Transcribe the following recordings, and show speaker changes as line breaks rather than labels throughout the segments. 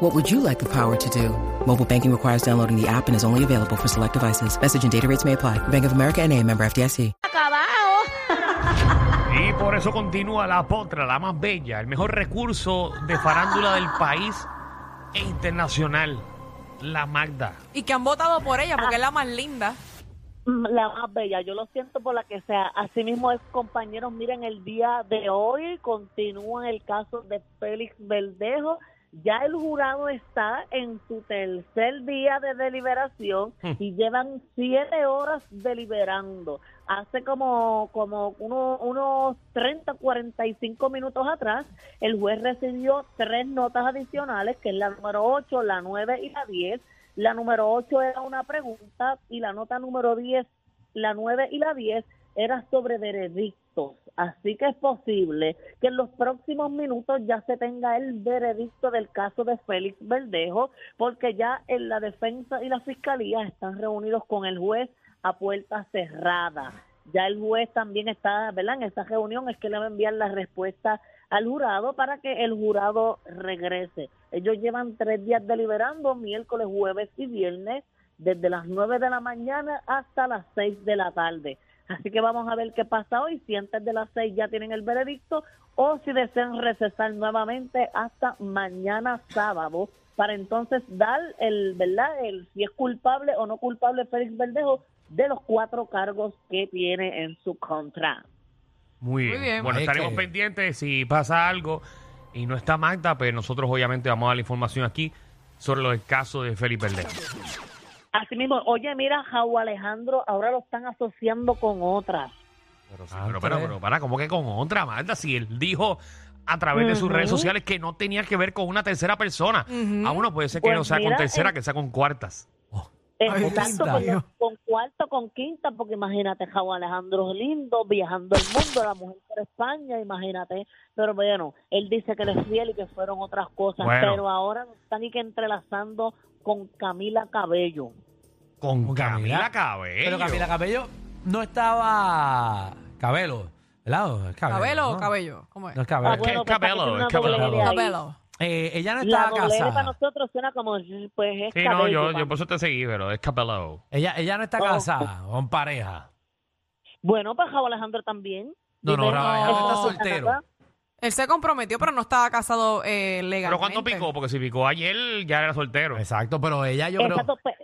What would you like the power to do? Mobile banking requires downloading the app and is only available for select devices. Message and data rates may apply. Bank of America and a member FDIC.
Y por eso continúa la potra, la más bella, el mejor recurso de farándula del país e internacional, la Magda.
Y que han votado por ella
Ah.
porque es la más linda.
La más bella, yo lo siento por la que sea. Asimismo es, compañeros, miren el día de hoy, continúa el caso de Félix Verdejo. Ya el jurado está en su tercer día de deliberación y llevan siete horas deliberando. Hace como, como uno- unos 30, 45 minutos atrás, el juez recibió tres notas adicionales, que es la número 8, la 9 y la 10. La número 8 era una pregunta y la nota número 10, la 9 y la 10 era sobre veredictos. Así que es posible que en los próximos minutos ya se tenga el veredicto del caso de Félix Verdejo, porque ya en la defensa y la fiscalía están reunidos con el juez a puerta cerrada. Ya el juez también está, ¿verdad? En esa reunión es que le va a enviar la respuesta al jurado para que el jurado regrese. Ellos llevan tres días deliberando, miércoles, jueves y viernes, desde las nueve de la mañana hasta las seis de la tarde. Así que vamos a ver qué pasa hoy, si antes de las seis ya tienen el veredicto o si desean recesar nuevamente hasta mañana sábado para entonces dar el, ¿verdad? El si es culpable o no culpable Félix Verdejo de los cuatro cargos que tiene en su contra.
Muy bien.
Muy bien.
Bueno,
Ay,
estaremos
que-
pendientes si pasa algo y no está Magda, pues nosotros obviamente vamos a dar la información aquí sobre lo del caso de Felipe Verdejo.
Así mismo, oye, mira, Jau Alejandro, ahora lo están asociando con otras.
Pero, sí,
Ah,
pero,
pero, pero, pero, para, ¿cómo que con otra Magda? Si él dijo a través de sus
Ujú.
redes sociales que no tenía que ver con una tercera persona.
Ujú.
A uno puede ser que
Pues
no sea con
mira,
tercera,
eh,
que sea con cuartas.
Ay,
Exacto,
linda.
con, los- con cuarto, con quinta, porque imagínate, Jau Alejandro es lindo, viajando el mundo, la mujer por España, imagínate. Pero bueno, él dice que le es fiel y que fueron otras cosas,
Bueno.
pero ahora lo están y que entrelazando con Camila Cabello.
Con,
Con Camila.
Camila Cabello.
pero Camila Cabello no estaba. Cabello, ¿verdad? Es
Cabello o
¿no?
cabello. ¿Cómo es?
No es Cabello.
Ah,
es
bueno, que pasa que
Cabello,
tiene
es
una
Cabello.
doble L ahí.
Cabello.
Eh, ella no
La
estaba
doble L para
casada.
nosotros suena como, pues es
Sí, no, yo,
Cabello,
yo por eso te seguí, pero es Capello.
Ella, ella no está
Oh.
casada, con pareja.
Bueno, pues Jau Alejandro también.
No, no,
Dime,
Raúl
Alejandro está
¿estás
soltero.
casada?
Él se comprometió, pero no estaba casado eh,
Pero
legalmente.
cuando picó, porque si picó ayer ya era soltero.
Exacto, pero ella yo
Exacto, pues,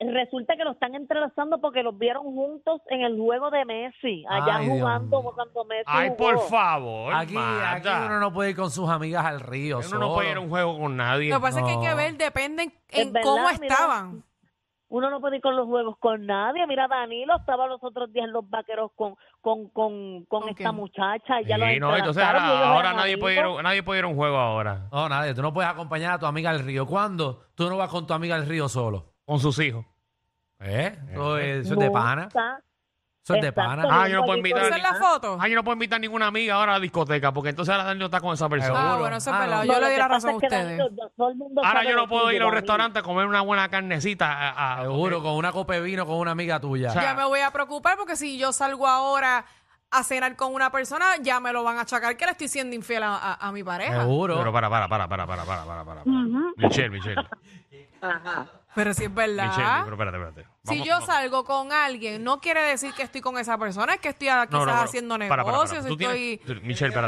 resulta que lo están entrelazando porque los vieron juntos en el juego de Messi, allá
Ay, Dios
jugando,
mío.
cuando Messi
Ay,
jugó.
por favor.
creo. Aquí, aquí
Magda.
uno no puede ir con sus amigas al río.
Uno no
solo.
puede ir a un juego con nadie.
Lo que pasa es que hay que
No.
ver, depende en,
Es
en cómo
verdad, mira.
estaban.
Uno no puede ir con los juegos con nadie. Mira, Danilo estaba los otros días en los vaqueros con con con, con
¿Con
esta
quién?
muchacha. y Ya
Sí,
los
no, entonces
entrelazaron
ahora,
y ellos
ahora
eran
nadie, puede ir,
amigos.
a- nadie puede ir a un juego ahora
No, nadie. Tú no puedes acompañar a tu amiga al río. ¿Cuándo? Tú no vas con tu amiga al río solo.
con sus hijos.
¿Eh? Eso, es- eso es de
No
pana.
está.
Eso es de
Exacto,
pana.
Ah, yo no puedo
allí
invitar
con-
Esa es la foto.
Ah, yo no puedo invitar ninguna amiga ahora a la discoteca, porque entonces ahora no está con esa persona.
ah,
seguro.
bueno, eso es
Ah,
verdad.
no.
Yo
No,
le
lo
doy
que
la razón
pasa
a eh.
es que
ustedes.
Danilo, ya todo el mundo
Ahora
sabe
yo
lo
no puedo
tuyo,
ir a un
Danilo.
restaurante a comer una buena carnecita. a- a-
Seguro, con una copa de vino con una amiga tuya.
Ah, O sea,
Ya me voy a preocupar porque si yo salgo ahora a cenar con una persona, ya me lo van a achacar que le estoy siendo infiel a, a- a mi pareja.
Seguro.
Pero para, para, para, para, para, para, para, para. para. Michelle, Michelle.
Pero si es verdad.
Michelle, pero espérate, espérate.
si
Vamos-
yo
vamos-
salgo con alguien, no quiere decir que estoy con esa persona, es que estoy ah, quizás
No, no, pero-
haciendo
para, para, para.
negocios,
Tú tienes-
estoy
tú- Michelle, espérate, no-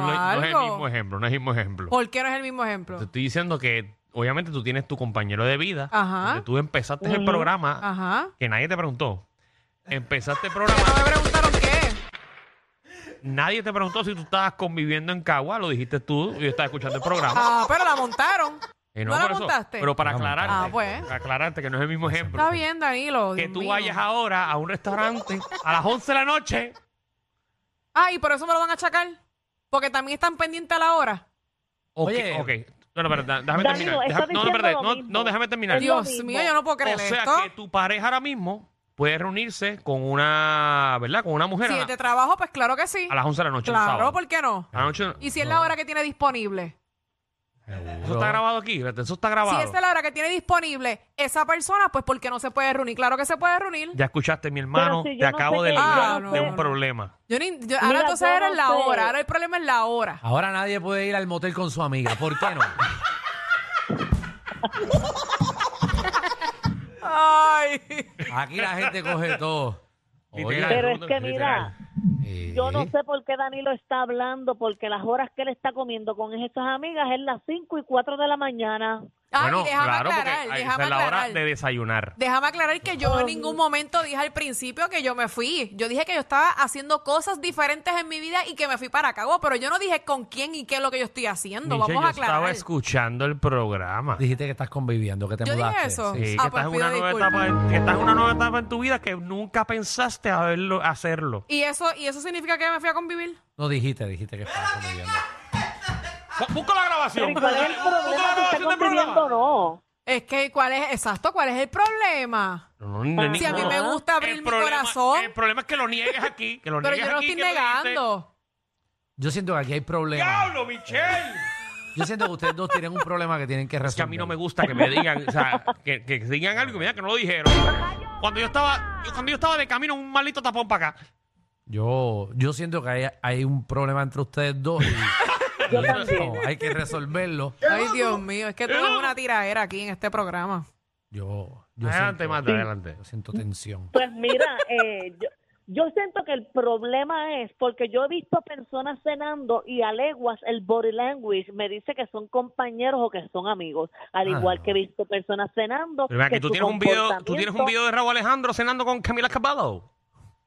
no, no, no es- No es el
algo.
mismo ejemplo, no es el mismo ejemplo.
¿Por qué no es el mismo ejemplo?
Te estoy diciendo que obviamente tú tienes tu compañero de vida.
Ajá. Ah.
donde tú empezaste el programa
Ajá.
que nadie te preguntó. Empezaste el
Que
programa
no me preguntaron qué.
Nadie te preguntó si tú estabas conviviendo en Cagua, lo dijiste tú, yo estaba escuchando el programa.
Ah, pero la montaron.
Eh,
¿No la
por eso,
montaste?
Pero para
No la
aclararte,
monté. Ah, pues.
para aclararte que no es el mismo ejemplo.
Está bien, Danilo.
Que
Dios
tú
mío.
vayas ahora a un restaurante a las 11 de la noche.
Ay, Ah, por eso me lo van a achacar. Porque también están pendientes a la hora.
Ok,
Oye.
ok. No, no, espérate, déjame
Danilo,
terminar.
estás
Deja- no, no,
diciendo
espérate,
lo
no,
mismo.
no, déjame terminar.
Es lo
Dios
mismo.
mío, yo no puedo creer
O sea
esto.
que tu pareja ahora mismo puede reunirse con una, ¿verdad? Con una mujer
Si
a,
es
la-
de trabajo, pues claro que sí.
a las 11 de la noche. un
Claro,
sábado.
¿por qué no?
A la noche-
Y si es la hora que tiene disponible.
Eso está grabado aquí, espérate, eso está grabado.
Si esa es la hora que tiene disponible esa persona, pues porque no se puede reunir. Claro que se puede reunir.
Ya escuchaste, mi hermano,
Pero si yo
te
no
acabo
sé
de
qué-
librar
yo Ah, no
de
sé.
un problema.
Yo ni- yo- ahora
Mira,
entonces
yo
era
no
la
sé.
hora, ahora el problema es la hora.
Ahora nadie puede ir al motel con su amiga. ¿Por qué no?
Ay.
Aquí la gente coge todo.
Literal.
Pero es
Bruno,
que
literal.
mira,
eh,
yo no sé por qué Danilo está hablando, porque las horas que él está comiendo con esas amigas es las 5 y 4 de la mañana.
Ay,
bueno,
Ah, déjame
claro,
aclarar,
porque esa
déjame
es la hora
aclarar.
de desayunar.
Déjame aclarar que yo en ningún momento dije al principio que yo me fui. Yo dije que yo estaba haciendo cosas diferentes en mi vida y que me fui para Cabo, pero yo no dije con quién y qué es lo que yo estoy haciendo.
Miche,
Vamos
yo
a
estaba
aclarar.
escuchando el programa.
Dijiste que estás conviviendo, que te
Yo dije
mudaste.
eso.
Sí.
Sí,
Ah,
que,
pues
estás en
pido
una nueva
disculpas.
etapa, que estás en una nueva etapa en tu vida que nunca pensaste haberlo, hacerlo.
¿Y eso, ¿Y eso significa que me fui a convivir?
No dijiste, dijiste que estabas conviviendo.
Busca la grabación.
Pero ¿y ¿Cuál es el
Busca
problema?
la
¿Tú estás
grabación del
conviviendo o
programa.
no?
Es que, ¿cuál es? Exacto, ¿cuál es el problema?
No, no, no,
Si a mí
no.
me gusta abrir
El
mi
problema-
corazón.
El problema es que lo niegues aquí. Que lo
Pero
niegues
yo no
aquí,
estoy
que lo dices.
negando.
Yo siento que aquí hay problemas.
¡Diablo, Michelle!
Yo siento que ustedes dos tienen un problema que tienen que resolver.
Es que a mí no me gusta que me digan, o sea, que, que digan algo y me digan que no lo dijeron. Cuando yo estaba, yo- cuando yo estaba de camino, un maldito tapón para acá.
Yo, yo siento que hay, hay un problema entre ustedes dos y, y eso hay que resolverlo.
Ay, Dios mío, es que todo es una tiradera aquí en este programa.
Yo, yo
adelante,
siento,
Marta, adelante.
yo siento tensión.
Pues mira, eh, yo, yo siento que el problema es porque yo he visto personas cenando y a leguas el body language me dice que son compañeros o que son amigos, al
Ah,
igual
no.
que he visto personas cenando.
Pero mira, que tú
su
tienes un video, tú tienes un
comportamiento-
video de Raúl Alejandro cenando con Camila Cabado.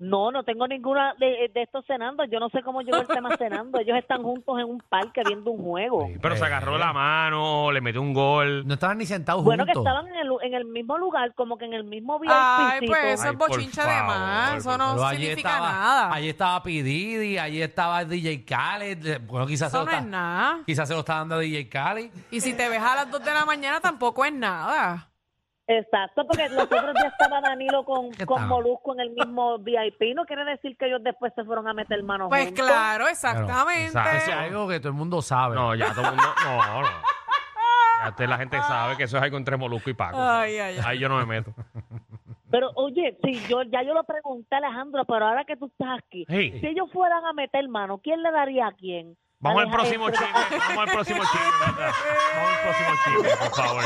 No, no tengo ninguna de, de estos cenando. Yo no sé cómo llegó el tema cenando. Ellos están juntos en un parque viendo un juego.
Sí.
Pero se agarró la mano, le metió un gol.
Eh, No estaban ni sentados
Bueno, que
juntos.
estaban en el, en el mismo lugar, como que en el mismo VIP.
Ay, pues eso
Ay,
es
por
bochincha de más.
favor,
Eso
por
Pero
no
allí
significa
estaba,
nada.
Allí estaba P. Diddy, allí estaba DJ Khaled. eh, Bueno, quizás se
eso no
lo está,
es nada.
Quizás se lo está dando a DJ Khaled.
Y si te ves a las 2 de la mañana tampoco es nada.
Exacto, porque los otros días estaba Danilo con,
¿Qué
con
tal?
Molusco en el mismo VIP. No quiere decir que ellos después se fueron a meter manos
Pues
juntos.
claro, exactamente.
Claro,
Eso es algo que todo el mundo sabe.
No, ya todo el mundo. No, no. Ya te- la gente sabe que eso es algo entre Molusco y Paco.
Ay, ay, ay.
Ahí yo no me meto.
Pero oye, si yo ya yo lo pregunté a Alejandro, pero ahora que tú estás aquí,
Sí.
si ellos fueran a meter mano, ¿quién le daría a quién? este,
Vamos al próximo
Alejandro.
chisme. Vamos al próximo chisme. Marta. Vamos al próximo chisme, por favor.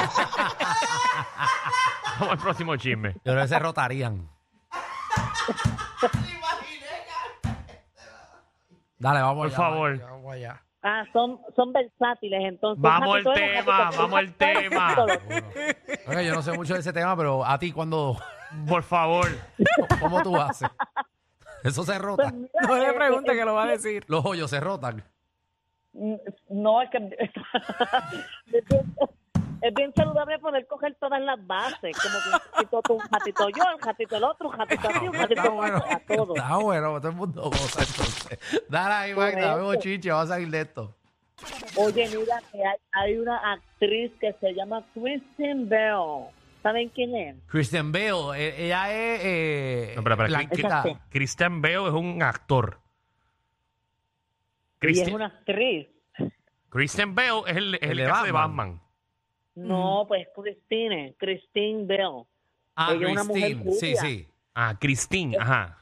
Vamos al próximo chisme.
Yo creo que se rotarían. Dale, vamos
Por
allá,
favor.
vamos allá, Vamos allá.
Ah, son, son versátiles, entonces.
Vamos
Javi,
al
tú eres
tema,
Javi, tú
vamos al
eres Javi, tú
tema.
solo.
Ok, yo no sé mucho de ese tema, pero a ti cuando...
Por favor.
Eh, ¿Cómo tú haces? Eso se rota.
Pues
No
mira,
le
eh,
pregunte
eh,
que lo va a decir.
Los hoyos se rotan.
Mm, No, es que es bien, es bien saludable poder coger todas las bases, como que un ratito tú, un ratito yo, un ratito el otro, un ratito aquí, un ratito
Está
el
bueno.
otro, a todos.
Está bueno, todo el mundo goza entonces. Dale ahí, Magda, vemos chiche, vamos a salir de esto.
Oye, mira, que hay, hay una actriz que se llama Kristen Bell. ¿Saben quién es?
Christian Bale, eh, ella es eh,
No, espera, espera,
blanquita.
Exacto.
Christian Bale es un actor.
Y es
Christian,
una actriz.
Christian Bale es el, es
El
el
de
caso de
Batman.
Batman.
Mm.
No, pues Christine, Christine Bell.
Ah,
Ella es una mujer
Christine, sí,
rubia.
sí.
Ah, Christine, ajá.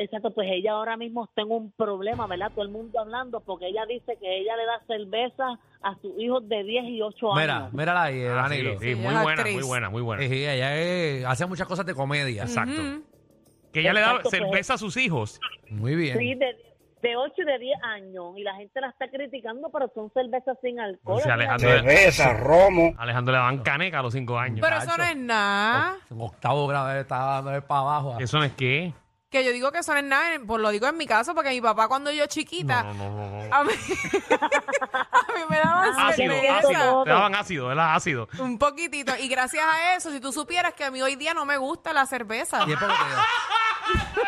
Exacto, pues ella ahora mismo está en un problema, ¿verdad? Todo el mundo hablando porque ella dice que ella le da cerveza a sus hijos de 10 y 8 años.
Mira, mírala ahí, eh,
Ah, sí,
Danilo.
sí,
Sí,
muy
es
buena,
actriz.
muy buena, muy buena.
Eh, sí, ella es- hace muchas cosas de comedia.
Exacto.
Ujú.
Que ella le da
Exacto, pues.
cerveza a sus hijos.
Muy
Sí,
bien.
de, de 8 y de 10 años. Y la gente la está criticando, pero son cervezas sin alcohol.
O sea,
Mira,
Alejandro,
cerveza, romo.
Alejandro le dan caneca a los cinco años.
Pero eso no es nada.
En octavo grado estaba dando para abajo.
¿Eso no es qué?
Que yo digo que eso no es nada, pues lo digo en mi caso, porque mi papá cuando yo chiquita,
No, no, no, no.
a mí, a mí me daban
Ácido,
entiendo
cerveza.
ácido.
todo.
Te daban ácido, era ácido.
Un poquitito. Y gracias a eso, si tú supieras que a mí hoy día no me gusta la cerveza.
Y es porque te-